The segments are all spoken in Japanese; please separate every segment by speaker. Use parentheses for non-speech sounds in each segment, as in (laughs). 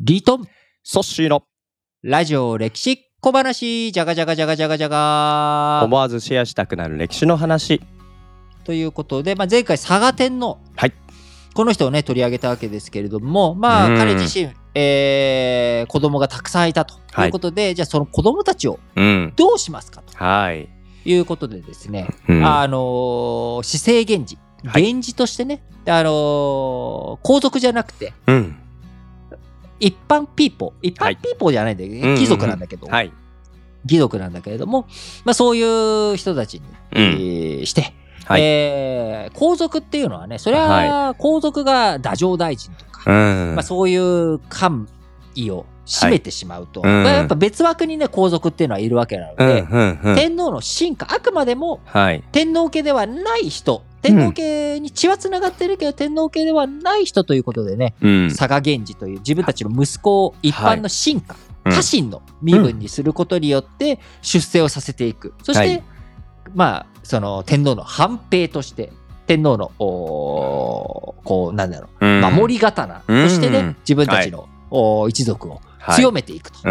Speaker 1: リートン、
Speaker 2: ソッシーの
Speaker 1: ラジオ歴史小話、じゃがじゃがじゃがじゃがじゃが
Speaker 2: 思わずシェアしたくなる歴史の話
Speaker 1: ということで、まあ、前回、佐賀天皇、
Speaker 2: はい
Speaker 1: この人をね、取り上げたわけですけれども、ま
Speaker 2: う
Speaker 1: あ、
Speaker 2: ん
Speaker 1: 彼自身、えー子供がたくさんいたと
Speaker 2: はい
Speaker 1: いうことで、じゃあ、その子供たちを
Speaker 2: うん
Speaker 1: どうしますかと
Speaker 2: はい、
Speaker 1: いうことでですね、
Speaker 2: うん
Speaker 1: あのー、市政源氏、
Speaker 2: はい
Speaker 1: 源氏としてね、あのー皇族じゃなくて、
Speaker 2: うん
Speaker 1: 一般ピーポー、一
Speaker 2: は
Speaker 1: 般
Speaker 2: い
Speaker 1: ピーポーじゃないんだよね、
Speaker 2: うんうんうん
Speaker 1: 貴族なんだけど、
Speaker 2: はい
Speaker 1: 貴族なんだけれども、まあ、そういう人たちに、
Speaker 2: う
Speaker 1: え
Speaker 2: ん
Speaker 1: ーして、
Speaker 2: はい
Speaker 1: えー皇族っていうのはねそれは皇族が太政大臣とか、
Speaker 2: うん
Speaker 1: まあ、そういう官位を占めてしまうと、
Speaker 2: はいうん
Speaker 1: まあやっぱ別枠にね皇族っていうのはいるわけなの
Speaker 2: うん
Speaker 1: で、
Speaker 2: うんうん
Speaker 1: 天皇の進化あくまでも
Speaker 2: はい
Speaker 1: 天皇家ではない人天皇家に血はつながってるけど、天皇家ではない人ということでね、
Speaker 2: うん
Speaker 1: 佐賀源氏という自分たちの息子を一般の進化、
Speaker 2: うん
Speaker 1: 家臣の身分にすることによって出世をさせていく、そして、
Speaker 2: はい
Speaker 1: まあその天皇の反兵として天皇のおーこうなんだろ
Speaker 2: う
Speaker 1: うん守り刀としてね、
Speaker 2: うん
Speaker 1: 自分たちの、おー一族を
Speaker 2: はい
Speaker 1: 強めていくという、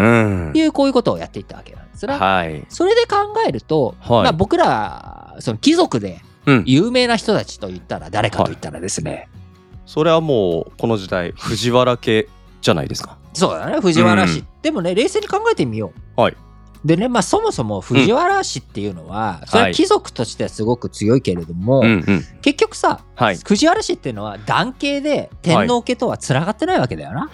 Speaker 2: うん
Speaker 1: こういうことをやっていったわけなんですね。
Speaker 2: はい
Speaker 1: それで考えると、
Speaker 2: はい
Speaker 1: まあ、僕らその貴族で
Speaker 2: うん
Speaker 1: 有名な人たちと言ったら誰かと言ったらですね、
Speaker 2: それはもうこの時代藤原家じゃないですか
Speaker 1: そうだね藤原氏、
Speaker 2: うん
Speaker 1: でもね冷静に考えてみよう、
Speaker 2: はい
Speaker 1: でねまあそもそも藤原氏っていうのは、それは貴族としてはすごく強いけれども、
Speaker 2: うんうん
Speaker 1: 結局さ、
Speaker 2: はい
Speaker 1: 藤原氏っていうのは男系で天皇家とはつながってないわけだよな、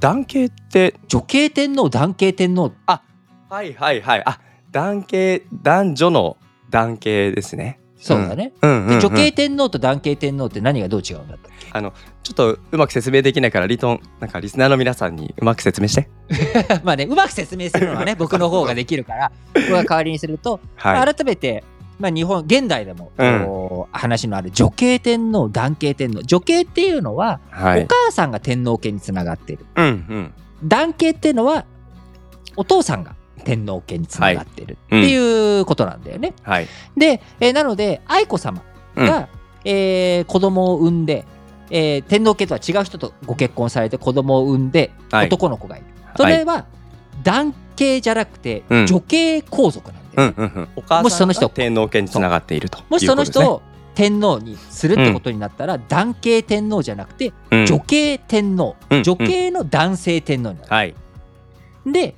Speaker 2: 男系って
Speaker 1: 女系天皇男系天皇
Speaker 2: はいはいはいあ男系男女の男系ですね
Speaker 1: そうだね、
Speaker 2: うんうんうん、
Speaker 1: で女系天皇と男系天皇って何がどう違うんだ
Speaker 2: (laughs)
Speaker 1: ったっけ
Speaker 2: ちょっとうまく説明できないからリトンなんかリスナーの皆さんにうまく説明して
Speaker 1: まあねうまく説明するの
Speaker 2: (laughs)
Speaker 1: はね僕の方ができるから僕が代わりにすると
Speaker 2: はい
Speaker 1: 改めて、まあ、日本現代でも、
Speaker 2: うん
Speaker 1: こう話のある女系天皇男系天皇女系っていうのは、
Speaker 2: は
Speaker 1: お
Speaker 2: い
Speaker 1: 母さんが天皇家につながっている
Speaker 2: うんうん
Speaker 1: 男系っていうのはお父さんが天皇家につながっているっていうことなんだよね。
Speaker 2: はい
Speaker 1: で、えーなので愛子様が、えー子供を産んで、えー天皇家とは違う人とご結婚されて子供を産んで
Speaker 2: はい
Speaker 1: 男の子がいる。そ
Speaker 2: はい
Speaker 1: れは男系じゃなくて
Speaker 2: うん
Speaker 1: 女系皇族なんだよね。
Speaker 2: うんうんうんお母
Speaker 1: もし
Speaker 2: さ
Speaker 1: そ
Speaker 2: ん
Speaker 1: の人
Speaker 2: が天皇家につながっていると
Speaker 1: もしその
Speaker 2: いう
Speaker 1: 人
Speaker 2: こ
Speaker 1: を天皇にするってことになったら、男系天皇じゃなくて
Speaker 2: とですね
Speaker 1: 女系天皇、
Speaker 2: うん
Speaker 1: 女系の男性天皇にな
Speaker 2: うん
Speaker 1: る。
Speaker 2: はい
Speaker 1: で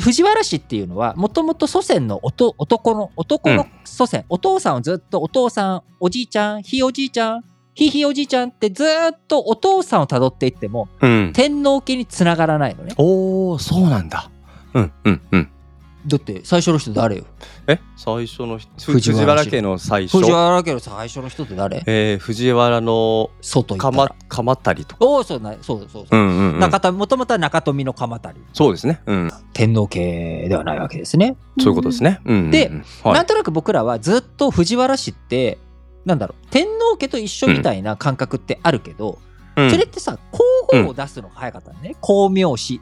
Speaker 1: 藤原氏っていうのはもともと祖先のおと男の男の祖先、お父さんをずっとお父さんおじいちゃんひいおじいちゃんひいひいおじいちゃんってずっとお父さんをたどっていっても
Speaker 2: うん
Speaker 1: 天皇家につながらないのね
Speaker 2: おおそうなんだうんうんうん
Speaker 1: だって最初の人誰よ
Speaker 2: え最初の人
Speaker 1: 藤
Speaker 2: 藤
Speaker 1: 原
Speaker 2: 原家の最初
Speaker 1: 藤原家の最初の人って誰
Speaker 2: えー藤原の
Speaker 1: 外行
Speaker 2: か
Speaker 1: った
Speaker 2: ま
Speaker 1: ら
Speaker 2: かまったりとか
Speaker 1: おおそうなそうそうそう、
Speaker 2: んうん
Speaker 1: 中田もともとは中富の鎌足り
Speaker 2: そうですねうん
Speaker 1: 天皇家ではないわけですね。
Speaker 2: そういうことですねうんうんうん
Speaker 1: で
Speaker 2: は
Speaker 1: ないんとなく僕らはずっと藤原氏ってなんだろう天皇家と一緒みたいな感覚ってあるけど、
Speaker 2: うん
Speaker 1: それってさ皇后を出すのが早かったのね、皇明氏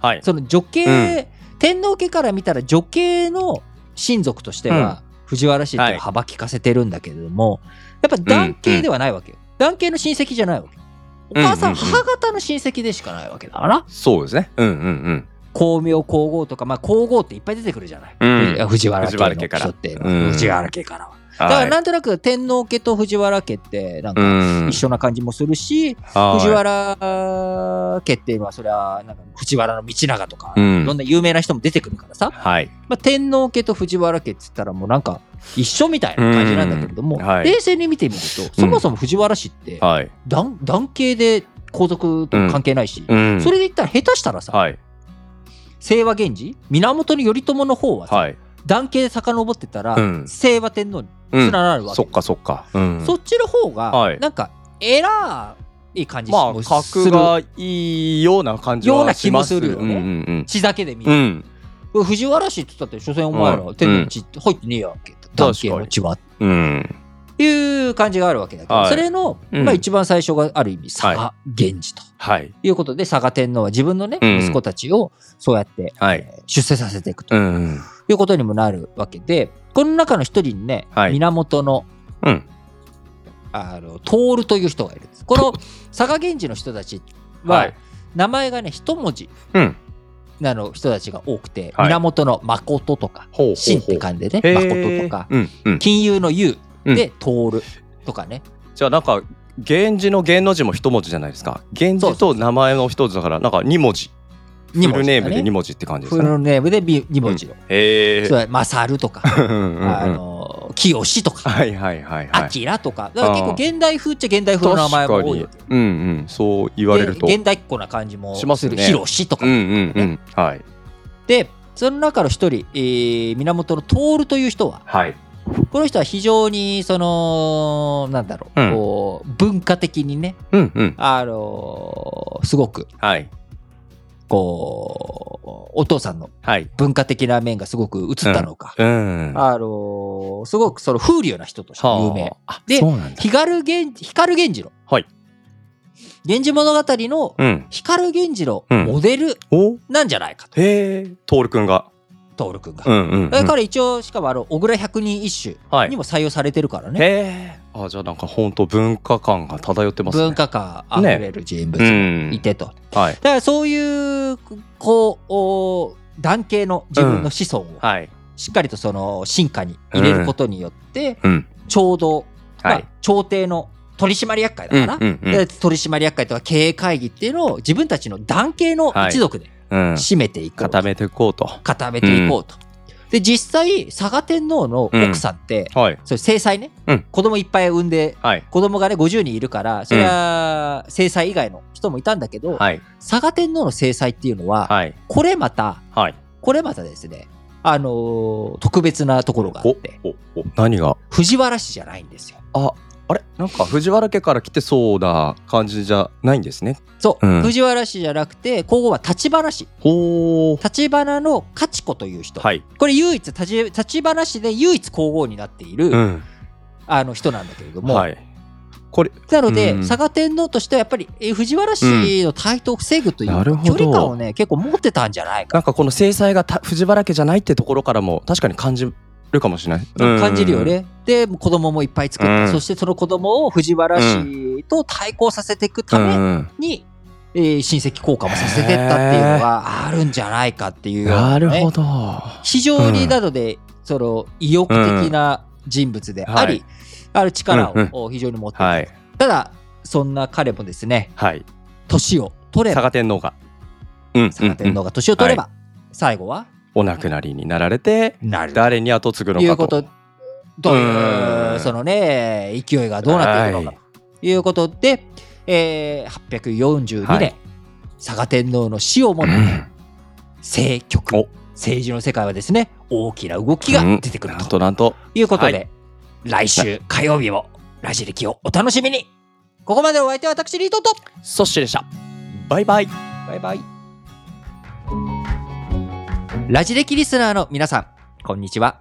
Speaker 2: はい
Speaker 1: その女系、天皇家から見たら女系の親族としては、藤原氏っていうのは幅利かせてるんだけれども、やっぱ男系ではないわけよ、男系の親戚じゃないわけお母さん、
Speaker 2: うんうんうん
Speaker 1: 母方の親戚でしかないわけだから
Speaker 2: そうですねうんうんうん
Speaker 1: 光明皇后とか、まあ、皇后っていっぱい出てくるじゃない、
Speaker 2: うん
Speaker 1: 藤原家
Speaker 2: 藤原
Speaker 1: の
Speaker 2: 家から
Speaker 1: 人っていうの
Speaker 2: う
Speaker 1: は
Speaker 2: ん
Speaker 1: 藤原家からは、だからなんとなく天皇家と藤原家ってなんか
Speaker 2: うん
Speaker 1: 一緒な感じもするし、
Speaker 2: はい
Speaker 1: 藤原家っていうのはそれはなんか藤原道長とか、
Speaker 2: う
Speaker 1: いろん
Speaker 2: ん
Speaker 1: な有名な人も出てくるからさ、
Speaker 2: はい
Speaker 1: まあ、天皇家と藤原家っつったらもうなんか一緒みたいな感じなんだけれども、
Speaker 2: うんはい
Speaker 1: 冷静に見てみるとそもそも藤原氏って
Speaker 2: はい
Speaker 1: 男男系で皇族とも関係ないし、
Speaker 2: うん
Speaker 1: それで言ったら下手したらさ、
Speaker 2: はい
Speaker 1: 清和源氏源頼朝の方はさ、
Speaker 2: はい
Speaker 1: 男系で遡ってたら、
Speaker 2: うん
Speaker 1: 清和天皇に
Speaker 2: う
Speaker 1: つ
Speaker 2: ん
Speaker 1: ながるわけ、
Speaker 2: そっかそっかうん
Speaker 1: そっちの方が、
Speaker 2: はい
Speaker 1: なんか偉い感じ
Speaker 2: まあ
Speaker 1: もす
Speaker 2: 格
Speaker 1: る、
Speaker 2: がいいような感じ
Speaker 1: ような
Speaker 2: は
Speaker 1: 気
Speaker 2: し
Speaker 1: も
Speaker 2: ます
Speaker 1: するよね
Speaker 2: ね
Speaker 1: 血だけで見
Speaker 2: う
Speaker 1: る、
Speaker 2: ん
Speaker 1: 藤原氏って言ったって所詮お前ら
Speaker 2: うん
Speaker 1: 天皇の血って入ってねえやんけ、男系の血はっ
Speaker 2: うんうん
Speaker 1: ていう感じがあるわけだけど、
Speaker 2: はい
Speaker 1: それの、
Speaker 2: うん
Speaker 1: まあ、一番最初がある意味佐賀源氏と
Speaker 2: はい
Speaker 1: いうことで、佐賀天皇は自分のね
Speaker 2: うん
Speaker 1: 息子たちをそうやって
Speaker 2: はい
Speaker 1: 出世させていくと
Speaker 2: うん
Speaker 1: いうことにもなるわけでこの中の一人にね、
Speaker 2: はい
Speaker 1: 源の
Speaker 2: うん
Speaker 1: あの徹という人がいるんですこの佐賀源氏の人たちは、
Speaker 2: はい
Speaker 1: 名前がね一文字
Speaker 2: うん。
Speaker 1: なの人たちが多くて、
Speaker 2: はい
Speaker 1: 源の誠とか
Speaker 2: ほうほうほう。
Speaker 1: 真って感じで
Speaker 2: へ
Speaker 1: ね
Speaker 2: ー
Speaker 1: 誠とか
Speaker 2: うんうん。
Speaker 1: 金融の優
Speaker 2: うん
Speaker 1: で徹とかね、
Speaker 2: じゃあなんか源氏の源の字も一文字じゃないですか。源氏と名前の一つだからなんか二文字。
Speaker 1: 二
Speaker 2: フ
Speaker 1: 文
Speaker 2: ル
Speaker 1: 字
Speaker 2: ネ
Speaker 1: だね
Speaker 2: ームで二文字って感じです
Speaker 1: フ
Speaker 2: かね。
Speaker 1: ルネームで2文字の、
Speaker 2: へえ。
Speaker 1: それは「勝る」とか
Speaker 2: うんうんう
Speaker 1: 「あ
Speaker 2: ん
Speaker 1: の清」とか
Speaker 2: はいはいはい
Speaker 1: 「
Speaker 2: はい。
Speaker 1: 明」とかだから結構現代風っちゃ現代風の名前も多いよ
Speaker 2: 確かにうんうん。そう言われると。
Speaker 1: で
Speaker 2: うん
Speaker 1: 現代っ子な感じも
Speaker 2: します
Speaker 1: する
Speaker 2: ね
Speaker 1: 「広し」とか、
Speaker 2: うんうん。はい。
Speaker 1: でその中の一人、えー源の徹という人は
Speaker 2: はい。
Speaker 1: この人は非常にそのなんだろう,、
Speaker 2: うん
Speaker 1: こう文化的にね
Speaker 2: うんうん。
Speaker 1: あのーすごく
Speaker 2: はい。
Speaker 1: こうお父さんの
Speaker 2: はい。
Speaker 1: 文化的な面がすごく映ったのか、
Speaker 2: うん。は
Speaker 1: あのーすごくその風流な人として
Speaker 2: あ
Speaker 1: 有名。
Speaker 2: あ
Speaker 1: で
Speaker 2: そうなんだ。
Speaker 1: 光源光源氏郎、
Speaker 2: はい
Speaker 1: 源氏物語の
Speaker 2: うん。
Speaker 1: 光源氏郎
Speaker 2: うん
Speaker 1: モデル
Speaker 2: お
Speaker 1: なんじゃないかと、
Speaker 2: へえ。トールくんが。
Speaker 1: 徹君が。
Speaker 2: うんうんうん。
Speaker 1: だから一応しかもあの小倉百人一
Speaker 2: は
Speaker 1: 首に
Speaker 2: い。
Speaker 1: も採用されてるからね、
Speaker 2: へえ。あじゃあなんか本当文化感が漂ってますね。
Speaker 1: 文化感あふれる人物がいてと、
Speaker 2: うん。はい。
Speaker 1: だからそういうこうお男系の自分の子孫を
Speaker 2: はい。
Speaker 1: しっかりとその進化に入れることによって、
Speaker 2: うん。
Speaker 1: ちょうど、まあ
Speaker 2: はい。
Speaker 1: 朝廷の取締役会だから、
Speaker 2: うんうんうん
Speaker 1: で取締役会とか経営会議っていうのを自分たちの男系の一族で
Speaker 2: うん。
Speaker 1: 占めていこうと、
Speaker 2: 固めていこうと。
Speaker 1: 固めていこうと。で実際嵯峨天皇の奥さんって、
Speaker 2: はい。
Speaker 1: それ制裁ね、
Speaker 2: うん
Speaker 1: 子供いっぱい産んで
Speaker 2: はい。
Speaker 1: 子供がね50人いるからそれは制裁以外の人もいたんだけど、
Speaker 2: はい。
Speaker 1: 佐賀天皇の制裁っていうのは、
Speaker 2: はい。
Speaker 1: これまた
Speaker 2: はい。
Speaker 1: これまたですねあのー特別なところがあって
Speaker 2: お、お、何が
Speaker 1: 藤原氏じゃないんですよ
Speaker 2: あ、あれなんか藤原家から来てそうな感じじゃないんですね。
Speaker 1: そう、
Speaker 2: うん
Speaker 1: 藤原氏じゃなくて皇后は橘氏
Speaker 2: ほー。
Speaker 1: 橘の勝子という人、
Speaker 2: はい。
Speaker 1: これ唯一立ち橘氏で唯一皇后になっている、
Speaker 2: うん。
Speaker 1: あの人なんだけれども、
Speaker 2: はい。これ、
Speaker 1: なので、
Speaker 2: うん
Speaker 1: 佐賀天皇としてはやっぱりえー藤原氏の台頭を防ぐというか、
Speaker 2: なるほど
Speaker 1: 距離感をね結構持ってたんじゃないか
Speaker 2: なんかこの制裁がた藤原家じゃないってところからも確かに感じるかもしれない。うん
Speaker 1: 感じるよ。ね。で子供もいっぱい作って、
Speaker 2: うん
Speaker 1: そしてその子供を藤原氏と対抗させていく
Speaker 2: う
Speaker 1: ため
Speaker 2: ん。
Speaker 1: に、えー親戚交換もさせてったっていうのがあるんじゃないかっていうよう
Speaker 2: なる
Speaker 1: ね
Speaker 2: ほど。
Speaker 1: 非常
Speaker 2: う
Speaker 1: に
Speaker 2: ん
Speaker 1: なので、その意欲的な人物であり、
Speaker 2: はい
Speaker 1: ある力
Speaker 2: うん
Speaker 1: を非常に持っている、
Speaker 2: はい。
Speaker 1: ただそんな彼もですね
Speaker 2: はい。
Speaker 1: 年を取れば
Speaker 2: 佐賀天皇が。うん。
Speaker 1: 佐賀天皇
Speaker 2: が。
Speaker 1: が年を取れば、最後は
Speaker 2: お亡くなりになられて、
Speaker 1: なる
Speaker 2: 誰に後継ぐの
Speaker 1: と
Speaker 2: かと。
Speaker 1: いうことという
Speaker 2: うん
Speaker 1: そのね勢いがどうなっていくのかということで、えー842年、
Speaker 2: はい
Speaker 1: 佐賀天皇の死をもっ
Speaker 2: う
Speaker 1: て
Speaker 2: ん
Speaker 1: 政局、
Speaker 2: お
Speaker 1: 政治の世界はですね大きな動きが出てくる
Speaker 2: なん
Speaker 1: と
Speaker 2: となんと。
Speaker 1: いうことで、
Speaker 2: は
Speaker 1: 来週火曜日もラジ歴をお楽しみにここまでお相手は私リートと
Speaker 2: ソッシュでした。バイバイ。
Speaker 1: バイバイラジ歴リスナーの皆さんこんにちは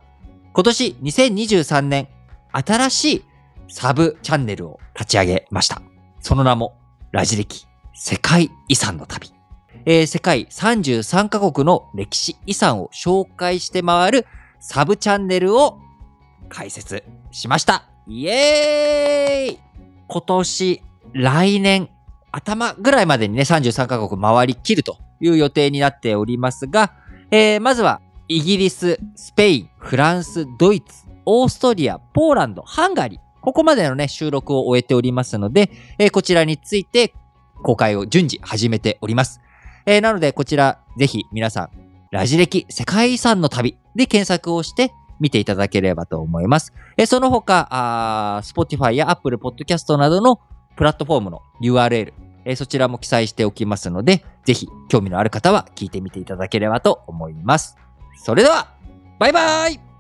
Speaker 1: 今年2023年新しいサブチャンネルを立ち上げましたその名もラジ歴世界遺産の旅、えー世界33カ国の歴史遺産を紹介して回るサブチャンネルを開設しましたイエーイ今年来年頭ぐらいまでにね、33カ国回りきるという予定になっておりますが、えーまずは、イギリス、スペイン、フランス、ドイツ、オーストリア、ポーランド、ハンガリー、ここまでのね、収録を終えておりますので、えーこちらについて公開を順次始めております。えーなので、こちら、ぜひ皆さん、ラジ歴世界遺産の旅で検索をして見ていただければと思います。えーその他、あー Spotify や Apple Podcast などのプラットフォームの URL、えーそちらも記載しておきますので、ぜひ興味のある方は聞いてみていただければと思います。それでは、バイバイ